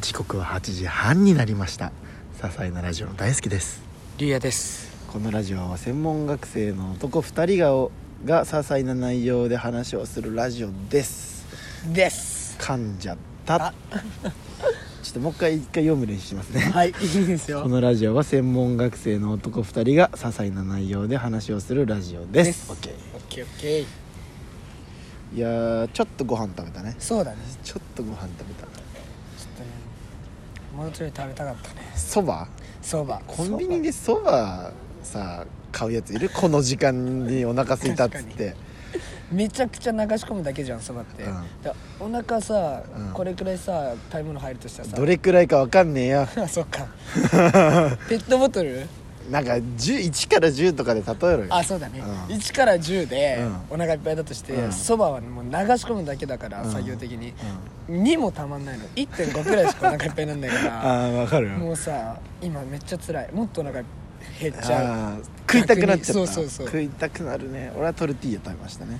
時刻は8時半になりました些細なラジオの大好きですリュウヤですこのラジオは専門学生の男2人がおが些細な内容で話をするラジオですです噛んじゃったちょっともう一回一回読む練習しますねはいいいですよこのラジオは専門学生の男2人が些細な内容で話をするラジオですですオッケオッケーオッケーーいやーちょっとご飯食べたねそうだねちょっとご飯食べたちょっとねもうちょい食べたかったねそばそばコンビニでそばさ買うやついるこの時間にお腹空いたっつってめちゃくちゃ流し込むだけじゃんそばって、うんだお腹さ、うんこれくらいさ食べ物入るとしたらさどれくらいかわかんねえよあそっ かペットボトルなんか10 1から10とかで例えろよあそうだね、うん1から10でうお腹いっぱいだとしてうんそば、はもう流し込むだけだから、うん作業的に、う2もたまんないの1.5くらいしかお腹いっぱいなんないからあーわかるもようさ今めっちゃ辛いもっとお腹減っちゃうあー食いたくなっちゃった逆にそうそうそう食いたくなるね俺はトルティーヤ食べましたね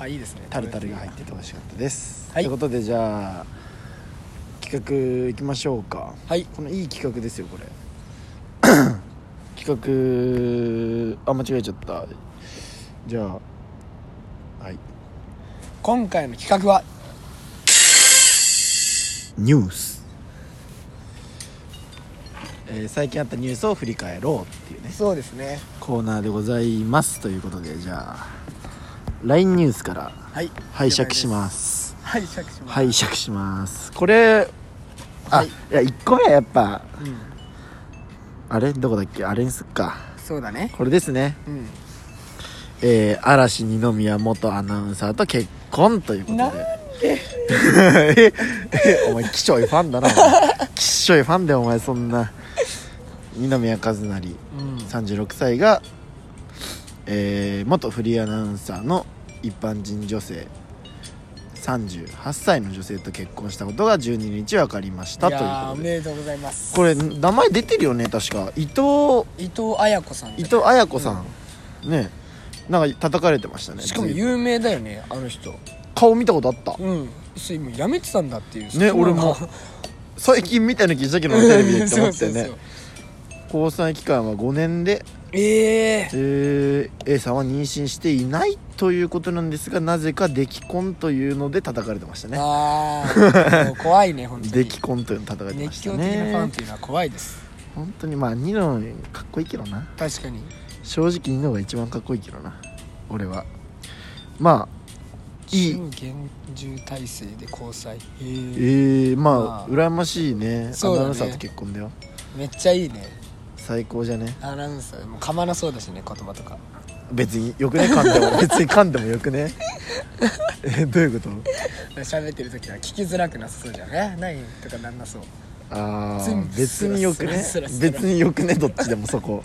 あいいですねタルタルが入ってて美味しかったです、はいということでじゃあ企画いきましょうかはいこのいい企画ですよ これ企画あ間違えちゃったじゃあはい今回の企画はニュース、えー最近あったニュースを振り返ろうっていうねそうですねコーナーでございますということでじゃあ LINE ニュースからはい拝借しますす拝借します拝借しますこれあ、はいい、や1個目はやっぱうんあれどこだっけあれにすっかそうだねこれですねうんえー、嵐二宮元アナウンサーと結婚ということなんで えお前きしょいファンだなお前きしょいファンだよお前そんな二宮和也うん36歳が、えー元フリーアナウンサーの一般人女性38歳の女性と結婚したことが12日分かりましたいというやーこおとめででとうございますこれ名前出てるよね確か伊藤伊藤綾子さんだね伊藤綾子さん、ねなんか叩かれてましたねしかも随分有名だよねあの人顔見たことあったうんそう今やめてたんだっていうね俺も最近みたいな気したけどなテレ ビでって思思っっててねね交際期間は5年で、えええー A さんは妊娠していないということなんですがなぜか出来婚というので叩かれてましたねああもう怖いね本当出に来婚というので叩かれてま熱した狂的なファンっねていうのは怖いです本当にまあニノかっこいいけどな確かに正直ニノが一番かっこいいけどな俺はまあいい準厳重体制で交際へええー、ままああ羨ましいねアそうだねナウンサーと結婚だよめっちゃいいね最高じゃねアナウンサーもう噛まなそうだしね言葉とか別によくね噛んでも別に噛んでもよく ねえどういうこと喋ってる時は聞きづらくなさそうじゃんえ何とかなんなそうああ全部別によくねスラスラスラ別によくねどっちでもそこ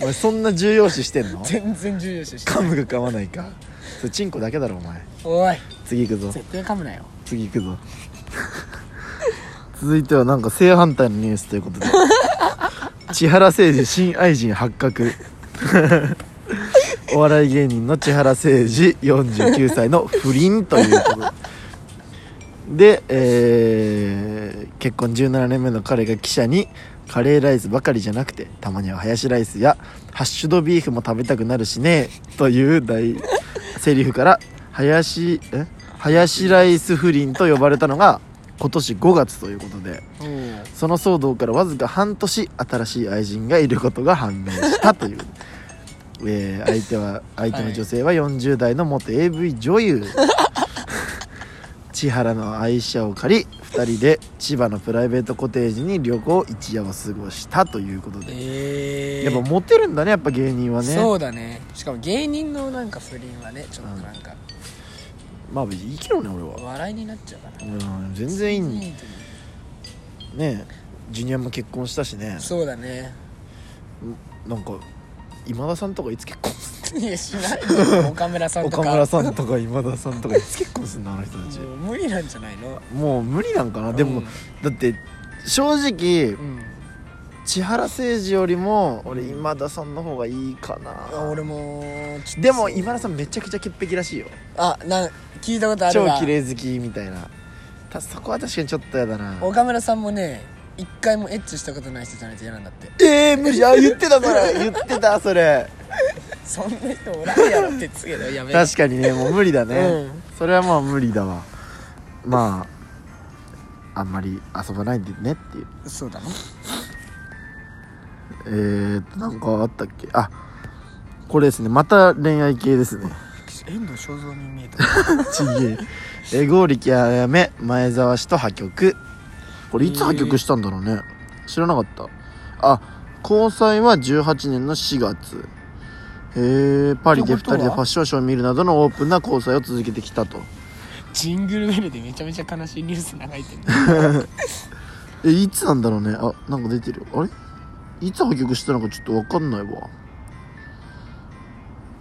お前そんな重要視してんの全然重要視して噛むか噛まないかそれチンコだけだろお前おい次行くぞ絶対噛むなよ次行くぞ 続いてはなんか正反対のニュースということ で千原誠二新愛人発 覚お笑い芸人の千原誠二49歳の不倫ということで、えー結婚17年目の彼が記者にカレーライスばかりじゃなくてたまにはハヤシライスやハッシュドビーフも食べたくなるしねという大セリフからハヤシえハヤシライス不倫と呼ばれたのが今年5月ということでうんその騒動からわずか半年新しい愛人がいることが判明した という、えー相手は相手の女性は40代の元 AV 女 優千原の愛車を借り2人で千葉のプライベートコテージに旅行一夜を過ごしたということで、ええやっぱモテるんだねやっぱ芸人はねそうだねしかも芸人のなんか不倫はねちょっとなんかまあ別にいいけどね俺は、笑いになっちゃうからうん、全然いいのにいと思ねジュニアも結婚したしねうそう だねなんか今田さんとかいつ結婚すいやしないよ岡村さんとか岡村さんとか今田さんとかいつ結婚するのあの人たちもう無理なんじゃないのもう無理なんかなでも、うんだって正直うん千原誠二よりも俺今田さんの方がいいかな、あ俺もちょっとでも今田さんめちゃくちゃ潔癖らしいよあなん聞いたことある超わ綺麗好きみたいなたそこは確かにちょっとやだな岡村さんもね一回もエッチしたことない人じゃないと嫌なんだってえー、無理あ言ってたそ れ言ってたそれそんな人おらんやろってつけどやめ確かにねもう無理だね、うんそれはもう無理だわまああんまり遊ばないでねっていうそうだねえーとなんかあったっけあこれですねまた恋愛系ですね遠藤正造に見えたちげええ剛力あやめ前澤氏と破局これいつ破局したんだろうね、知らなかったあ交際は18年の4月へえパリで2ってこ人とはでファッションショーを見るなどのオープンな交際を続けてきたとジングルベルでめちゃめちゃ悲しいニュース流れてるえいつなんだろうねあなんか出てるあれいつ破局したのかちょっと分かんないわ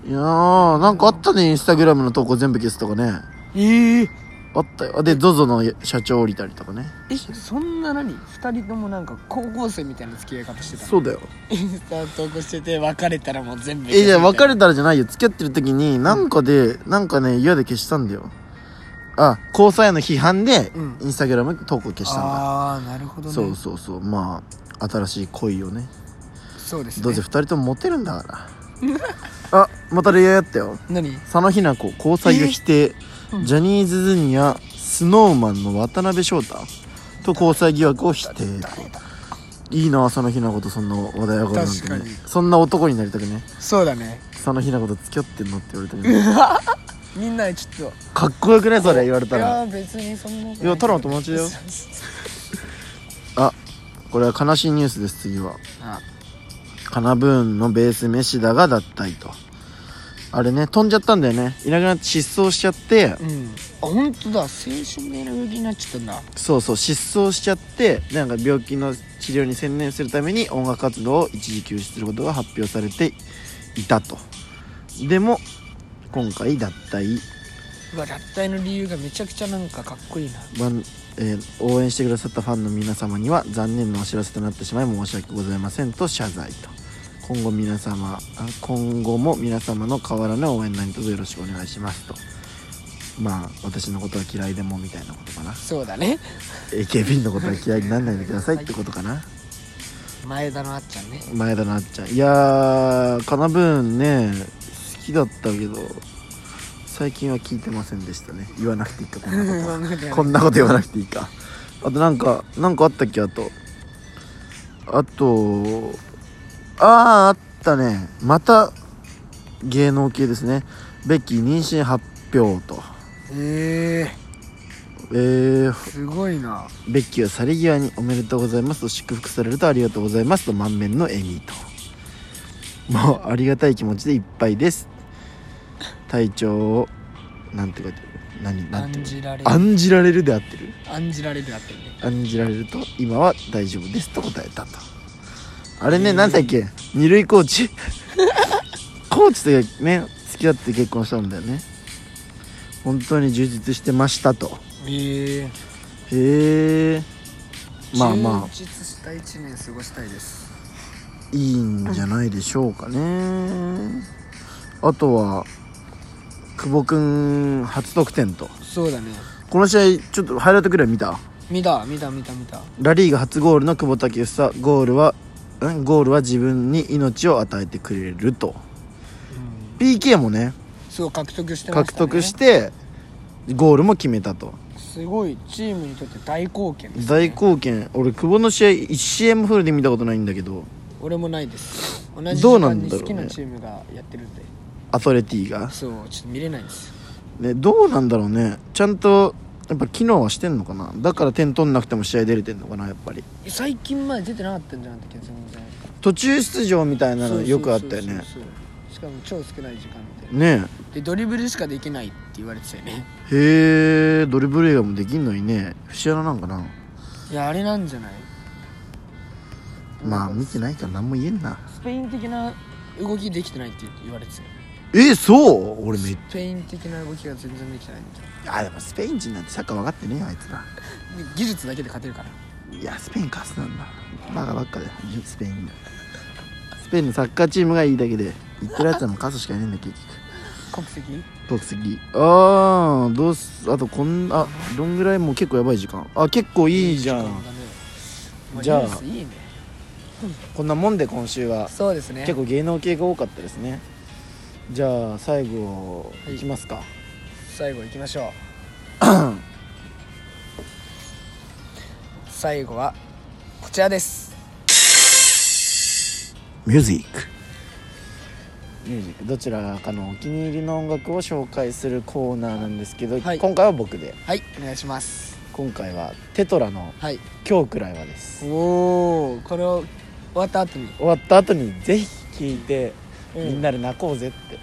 いやーなんかあったねインスタグラムの投稿全部消すとかねええあったよあで ZOZO の社長降りたりとかねえそんな何二人ともなんか高校生みたいな付き合い方してたのそうだよインスタ投稿してて別れたらもう全部えじゃあ別れたたらじゃないよ付き合ってる時になんかで、なんかね嫌で消したんだよあ交際への批判でうんインスタグラム投稿消したんだ、ああなるほどねそうそうそうまあ新しい恋をねそうですねどうせ2人ともモテるんだから あまた恋愛あったよ何佐野日奈子交際を否定、うんジャニーズズニアスノーマンの渡辺翔太と交際疑惑を否定いいな佐野日奈子とそんな話題上がるなんて確かねにそんな男になりたくねそうだね佐野日奈子と付き合ってんのって言われて ねみんなちょっかっこよくねそれ言われとたいらや別にそんなことないやただの友達だよあこれは悲しいニュースです次はあカナブーンのベースメシダが脱退とあれね飛んじゃったんだよねいなくなって失踪しちゃってうんあ本当だ青春のエネルギーになっちゃったんだそうそう失踪しちゃってなんか病気の治療に専念するために音楽活動を一時休止することが発表されていたとでも今回脱退うわ脱退の理由がめちゃくちゃなんかかっこいいなワンえー応援してくださったファンの皆様には残念なお知らせとなってしまい申し訳ございませんと謝罪と今後皆様あ今後も皆様の変わらぬ応援何卒よろしくお願いしますとまあ私のことは嫌いでもみたいなことかなそうだね AKB のことは嫌いにならないでくださいってことかな前田のあっちゃんね前田なっちゃんいやーかなぶんね好きだったけど最近は聞いてませんでしたね言わなくていいかこんなことはこんなこと言わなくていいか。あとなんか、なんかあったっけあと。あと、ああ、あったね。また、芸能系ですね。ベッキー妊娠発表と。えええー、すごいなベッキーは去り際におめでとうございますと祝福されるとありがとうございますと満面の笑みと。もうありがたい気持ちでいっぱいです。体調を、なんて書いてある何なんて案じられる案じられるで合ってる案じられるあってね案じられると今は大丈夫ですと答えたとあれね何だっけ二塁コーチ コーチとね付き合って結婚したんだよね本当に充実してましたとええへえまあまあ充実した一年過ごしたいですいいんじゃないでしょうかねあとは久保君初得点とそうだねこの試合ちょっとハイライトくらい見た見た見た見た見たラリーガ初ゴールの久保建英ゴールはんゴールは自分に命を与えてくれると PK もねそう獲得してまし獲たね得してゴールも決めたとすごいチームにとって大貢献ですね大貢献俺久保の試合1試合もフルで見たことないんだけど俺もないです同じ時どうな間んにだろうね好きなチームがやってるんでアトレティが、そうちょっと見れないですよね、どうなんだろうねちゃんとやっぱ機能はしてんのかなだから点取んなくても試合出れてんのかなやっぱり最近まで出てなかったんじゃなかったっけ全然途中出場みたいなそうのそうよくあったよねそうそうしかも超少ない時間でねでドリブルしかできないって言われてたよねえへえドリブル映画もできんのにね節穴なんかないやあれなんじゃないまあなんか見てないから何も言えんなスペイン的な動きできてないって言われてたよえそう俺めっスペイン的な動きが全然できてないんだよあでもスペイン人なんてサッカー分かってねえよあいつらで技術だけで勝てるからいやスペイン勝つなんだバカばっかでスペインスペインのサッカーチームがいいだけで言ってるやつはもう勝つしかいねえんだ結局国籍国籍ああどうすあとこんあどんぐらいもう結構やばい時間あ結構いいじゃん時間だねまじゃあニュースいいねこんなもんで今週はそうですね結構芸能系が多かったですねじゃあ最後いきますか、最後行きま しょう最後はこちらですミュージックミュージックどちらかのお気に入りの音楽を紹介するコーナーなんですけど、はい今回は僕ではいお願いします今回はテトラのはい「今日くらいは」ですおおこれを終わった後に、終わった後にぜひ聴いて、うんみんなで泣こうぜって、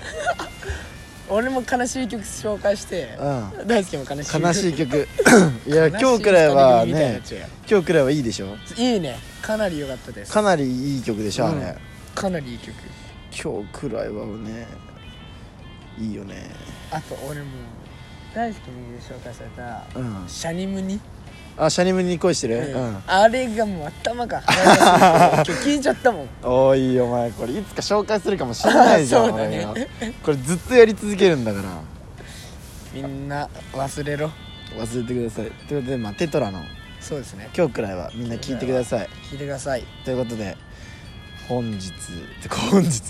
俺も悲しい曲紹介してう大輔も悲しい曲悲しい曲 いや悲し今日くらいは二人組みたいになねっちゃうよ今日くらいはいいでしょいいねかなり良かったですかかなりいい曲でしょ、あうれんなりいい曲今日くらいはねいいよねあと俺も大輔に紹介されたうんシャニムニ、あシャニムに恋してる、ううんんあれがもう頭が 離れて聞いちゃったもんおいお前これいつか紹介するかもしれないじゃんそうだね俺がこれずっとやり続けるんだからみんな忘れろ忘れてくださいということで、まあ、テトラのそうですね今日くらいはみんな聞いてください聞いてくださいということで本日てか本日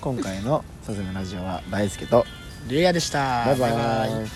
今回の「さすがラジオ」は大輔とレイヤーでしたバイバイ